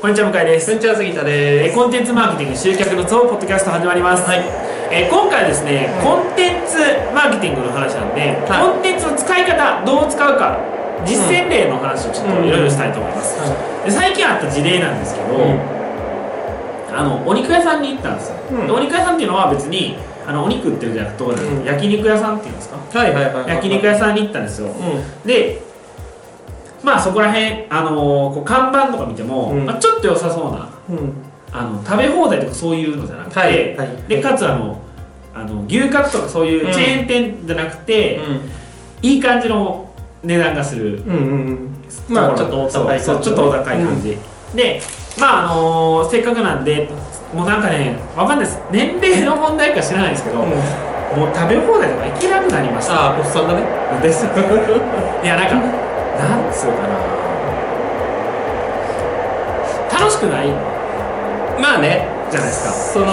こんにちは向井ですこんにちは杉田えでーす。コンテンツマーケティング集客のツボポッドキャスト始まります、はいえー今回はですね、コンテンツマーケティングの話なんで、はいコンテンツの使い方どう使うか実践例の話をちょっといろいろしたいと思います、で最近あった事例なんですけど、あのお肉屋さんに行ったんですよ、うんでお肉屋さんっていうのは別にあのお肉売ってるじゃなくて、うん焼肉屋さんっていうんですかはいはいはい。焼肉屋さんに行ったんですよ、でまあそこら辺、あのーこう看板とか見ても、うんまあ、ちょっと良さそうなうん。うん。あの食べ放題とかそういうのじゃなくて、はいはいでかつあのあの牛角とかそういうチェーン店じゃなくて、いい感じの値段がするうんうんうん。まあちょっとお高い感じそうそうちょっとお高い感じ、でまああのーせっかくなんでもうなんかねわかんないです年齢の問題か知らないですけど、うんもう食べ放題とか行けなくなりましたああおっさんだね。ですよいやなんかなんつうかな楽しくないまあね。じゃないですかその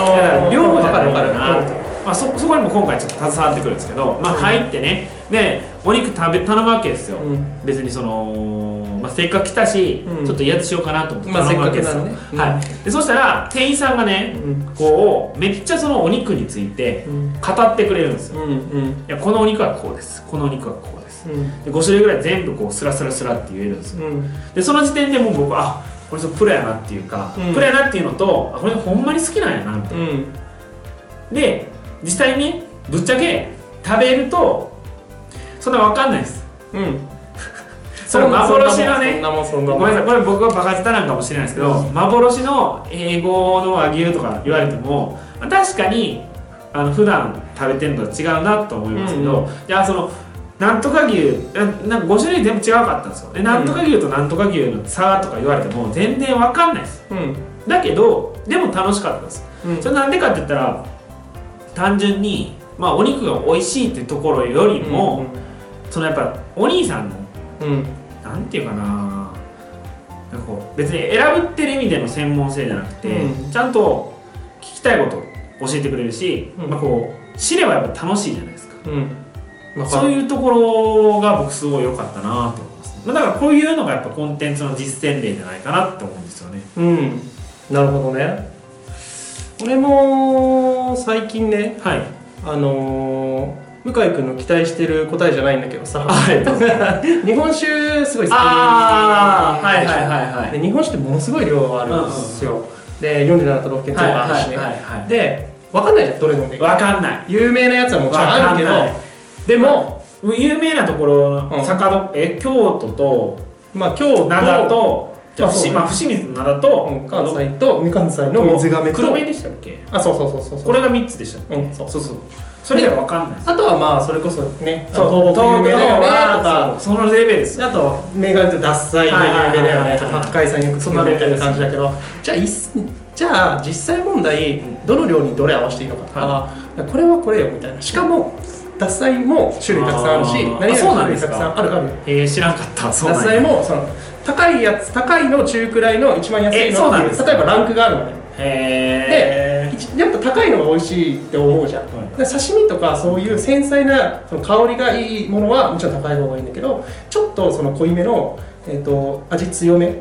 両方じゃわかなるいわかかる。なって、まあ、そそこにも今回ちょっと携わってくるんですけど、まあ、うん入ってねでお肉食べ頼むわけですよ、うん別にその、まあ、せっかく来たし、うんちょっとやつしようかなと思ってまあ頼むわけですよ、せっかくなはんでねい、でそしたら店員さんがね、うんこうめっちゃそのお肉についてうん語ってくれるんですよ、うんうんいやこのお肉はこうですこのお肉はこうですうんで5種類ぐらい全部こうスラスラスラって言えるんですようんでその時点でもう僕あこれちょっとプロやなっていうか、うんプロやなっていうのとあこれほんまに好きなんやなってうんで実際にねぶっちゃけ食べるとそんな分かんないですうん。その幻のそんねなもんそんなごもん。めんなさいこれ僕はバカ舌なんかもしれないですけど幻の英語の和牛とか言われてもまあ確かにあの普段食べてるのと違うなと思いますけど、いやそのなんとか牛ななんか5種類全部違うかったんですよでなんとか牛となんとか牛の差とか言われても全然分かんないですうんだけどでも楽しかったですうんそれなんでかって言ったら単純に、まあ、お肉が美味しいっていうところよりも、そのやっぱお兄さんのうんうんなんていうかななんかこう別に選ぶってる意味での専門性じゃなくて、うちゃんと聞きたいことを教えてくれるし、うんまあ、こう知ればやっぱ楽しいじゃないですかうん。わかそうる。いうところが僕すごい良かったなと思います、まあ、だからこういうのがやっぱコンテンツの実践例じゃないかなって思うんですよねうん。なるほどね。俺も最近ね。はいあのー、向井君の期待してる答えじゃないんだけどさ、はいどうぞ 日本酒すごい好きあーはいはいはいはいで日本酒ってものすごい量があるんですよ、で47都道府県全部あるしね、はいはいはいはいで分かんないじゃんどれ飲んでいいかわかんない有名なやつはもちろんあるけどわかんないでも有名なところうのん坂戸、え京都とまあ今日灘とじゃあそう伏まあ伏水の灘と、うん関西と未関西の水がめと黒目でしたっけあそうそうそうそうそうこれが3つでしたっけうんそうそうそうそれではわかんないですあとはまあそれこそねあの東京東北有名だよねはとかそうそのレベルですあとメガネとダッサいメガネだよはいはいはいはいねとか高いさんよく使われてる感じだけどじゃあいっすじゃあ実際問題どの量にどれ合わせていいのかとか、これはこれよみたいなしかもダッサイも種類たくさんあるしあー何あそう々なんで種類すたかくさんあるあるえー、知らんかったそうダなッんサイやもその高いやつ高いの中くらいの一番安いのえそうなんですか例えばランクがあるのねへでえ一やっぱ高いのが美味しいって思うじゃん、はいで刺身とかそういう繊細なその香りがいいものはもちろん高い方がいいんだけどちょっとその濃いめの、えー、と味強め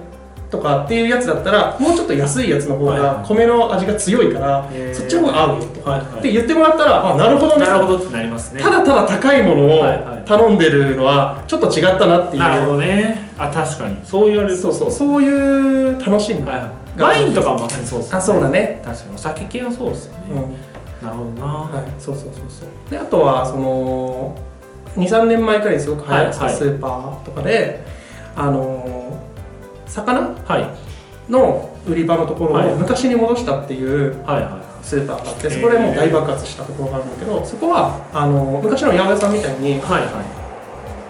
とかっていうやつだったらもうちょっと安いやつの方はがい米の味が強いからへーそっちの方が合うよとはいかはいって言ってもらったらあなるほどねなるほどってなりますねただただ高いものはいはいを頼んでるのはちょっと違ったなっていう、なるほどねあ確かにそう言われるとそうそうそういう楽しみ、はいワインとかもまさにそうですよねあそうだね確かにお酒系はそうですよね、うんなるほどな、はい、そうそうそうそうであとはその23年前くらいにすごく流行っはてたいはいスーパーとかで、あのー魚はい、の売り場のとこはろいを昔に戻したっていうはいはスーパーがあってへーそこでもう大爆発したところがあるんだけどそこはあのー昔の八百屋さんみたいいにはいは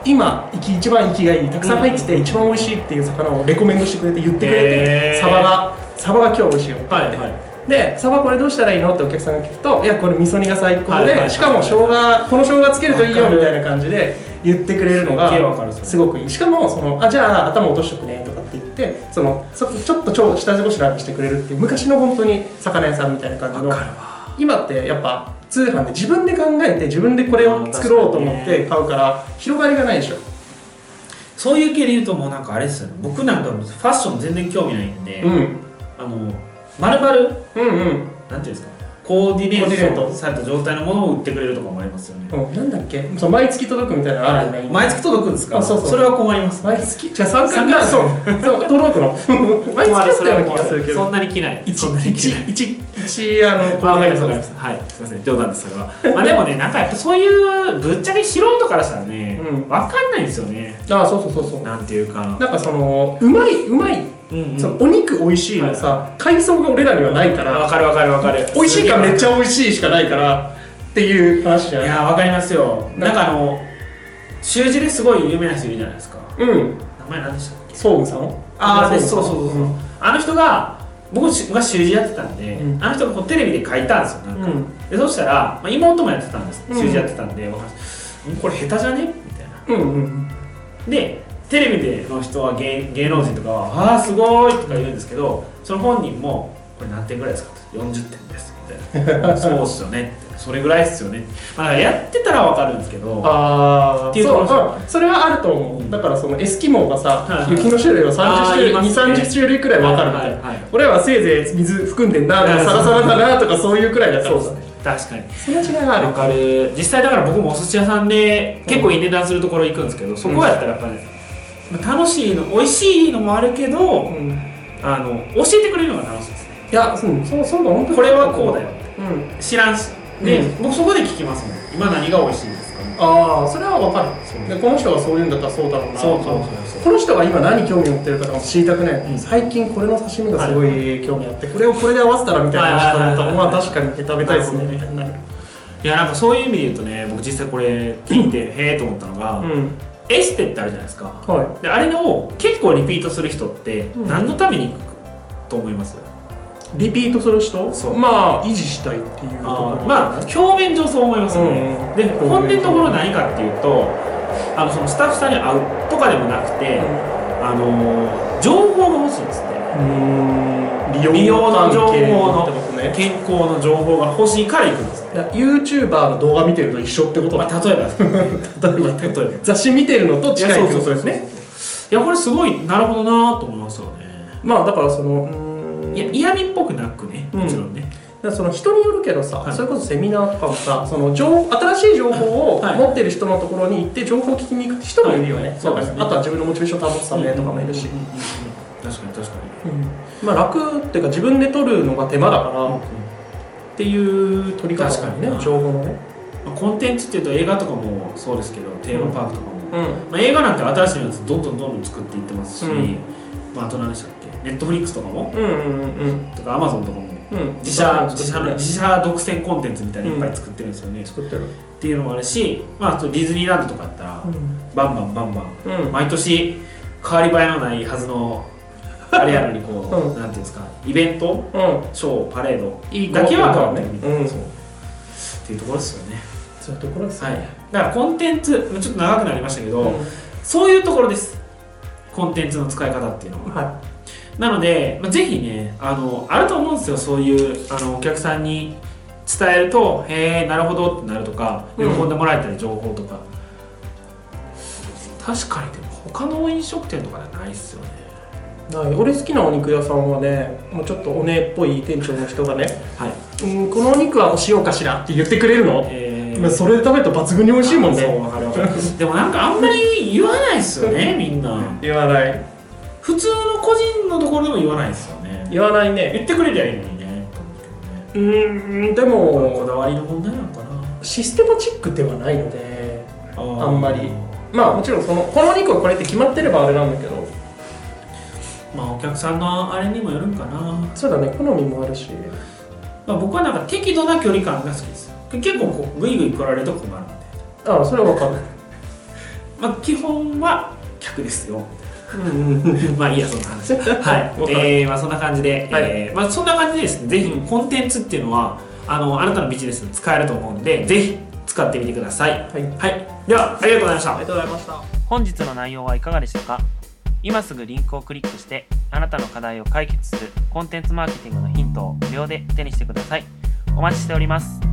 今生き一番生きがいいたくさん入ってて一番美味しいっていう魚をレコメンドしてくれて言ってくれへーてサバがサバが今日美味しいよって言っいてはいはいで、サバこれどうしたらいいのってお客さんが聞くと、いや、これ味噌煮が最はい高はいはいで、しかも生姜、この生姜つけるといいよみたいな感じで言ってくれるのすっげえわかるがそれすごくいい。しかも、そのあじゃあ頭落としとくねとかって言って、そのそちょっと超下地ごしらえしてくれるっていう、昔の本当に魚屋さんみたいな感じのわかる、今ってやっぱ通販で自分で考えて、自分でこれを作ろうと思って買うから、広がりがないでしょ。そういう系で言うともうなんかあれですよね僕なんかファッション全然興味ないんで、うん、あの丸々うんうんなんていうんですかコーディネコーディネーートトされた状態のものを売ってくれるとかもありますよねうん、なんだっけそう毎月届くみたいなのあるよね毎月届くんですかあそうそうれは困ります毎月じゃあ3回かそうそう届く の毎困月るだっそれたはような気がするけそどんなに着ないそんなに着ない11あのまあ、わかります、わかそうります。はい、すみません、冗談です、それは。まあ、でもね、なんかやっぱそういう、ぶっちゃけ素人からしたらね、うんわかんないんですよね。あそうそうそうそうなんていうか。なんかそのうまいうまい、うん、うん。そのお肉美味しいのさ、海藻が俺らにはないかあらわかるわかるわかる。美味しいからめっちゃ。ゃ美味しいしかないからっていう話じゃいないや、わかりますよ。ななんかあの、習字ですごい有名な人いるじゃないですか。うん名前何でしたっけそうぐさんあーでぐさんそうそうそうそうあの人が、僕が習字やってたんで、うんあの人がこうテレビで書いたんですよ、なんうか。んで、そしたら、まあ、妹もやってたんです。うん習字やってたんで、わかりますんこれ下手じゃねみたいな。うんうんでテレビでの人は芸芸能人とかは「ああーすごい」とか言うんですけどその本人も「これ何点ぐらいですか?」と「40点です」みたい な「そうっすよね」それぐらいっすよね」まあ、だからやってたらわかるんですけどああっていうそう、こうんとそれはあると思うだからそのエスキモーがさ、はい雪の種類は30種類あー言いますね2 3 0種類くらい分かるみたいはいはいな、はい俺らはせいぜい水含んでんなとはかいサラサラだなとかそういうくらいだからね確かにその違いがあわるかる実際だから僕もお寿司屋さんで結構いい値段するところ行くんですけどそこやったらやっぱね、まあ楽しいの美味しいのもあるけどうんいあの教えてくれるのが楽しいですねや、うん、そうそうだ本当にこれはこうだようん知らんしで、う僕そこで聞きますもん今何が美味しいですかああそれは分かるそうでこの人がそういうんだったらそうだろうなそうそうそうこの人が今何興味持ってるかとかも知りたくね、うん最近これの刺身がすごい興味あって、これをこれで合わせたらみたいな話だったはいはらいはいまはいあ確かに食べたいですねみたいなそういやなんかそういう意味で言うとね僕実際これ聞いてへえと思ったのが、うんエステってあるじゃないですかはいであれを結構リピートする人ってうん何のために行くと思います、リピートする人そうまあ維持したいっていうとあころーまあ表面上そう思いますよね、うんうんで本音のところ何かっていうとあのそのスタッフさんに会うとかでもなくて、あのー情報が欲しいんですねうん美美容の情報のってことね健康の情報が欲しいから行くんですね、だ YouTuber の動画見てるのと一緒ってことまだあ、 例えばですね例えば例えば雑誌見てるのと近いってことですいやねいやこれすごいなるほどなと思いますよねまあだからそのいや嫌味っぽくなくねうんもちろんね、だからその人によるけどさ、はいそれこそセミナーとかもさその情新しい情報をはい持ってる人のところに行って情報を聞きに行く人もいるよね,、はいそうですねあとは自分のモチベーションを保つためとかもいるし、うんうんうんうん確かに確かにうんまあ楽っていうか自分で取るのが手間だから、っていう取り方確かにね情報のね、まあコンテンツっていうと映画とかもそうですけどテーマパークとかも、うん、まあ、映画なんて新しいやつどんどんどんどん作っていってますし、うんまあ、あと何でしたっけネットフリックスとかもうんうんうんとかアマゾンとかもうん自社自社作っのてる自社独占コンテンツみたいにいっぱい作ってるんですよね、っ作ってるていうのもあるし、まあ、あとディズニーランドとかやったら、うんバンバンバンバンうん毎年変わり映えのないはずのあれやのにこう、うんなんていうんですかイベントショーパレードいいだけは変わってるみたいな、うんそうっていうところですよねそういうところですはいねだからコンテンツちょっと長くなりましたけど、そういうところですコンテンツの使い方っていうのははなので、まあ、ぜひねあのあると思うんですよそういうあのお客さんに伝えるとへえなるほどってなるとか喜うんんでもらえたり情報とか、確かにでも他の飲食店とかではないっすよねいない俺好きなお肉屋さんはねもうちょっとおねっぽい店長の人がねはいうんこのお肉はお塩かしらって言ってくれるの、えまあそれで食べると抜群に美味しいもんそうねわかるわかるでもなんかあんまり言わないっすよねみんな言わない普通の個人のところでも言わないっすよね言わないね言ってくれりゃいいのにねと思うけどねうんでこもだわりの問題なのかなシステマチックではないのでああんまりまあもちろんそのこのお肉はこれって決まってればあれなんだけどまあお客さんのあれにもよるんかな、まそうだね好みもあるしあ、僕はなんか適度な距離感が好きです結構こうグイグイ来られると困るんで、ああそれは分かるまあ、基本は客ですよ うんうんまあいいやそんな 話はい、えーまあ、そんな感じで、はいえーまあ、そんな感じでですねぜひコンテンツっていうのはあのあなたのビジネスに使えると思うんでぜひ使ってみてください、はいはい、ではありがとうございましたありがとうございました本日の内容はいかがでしたか今すぐリンクをクリックしてあなたの課題を解決するコンテンツマーケティングのヒントを無料で手にしてくださいお待ちしております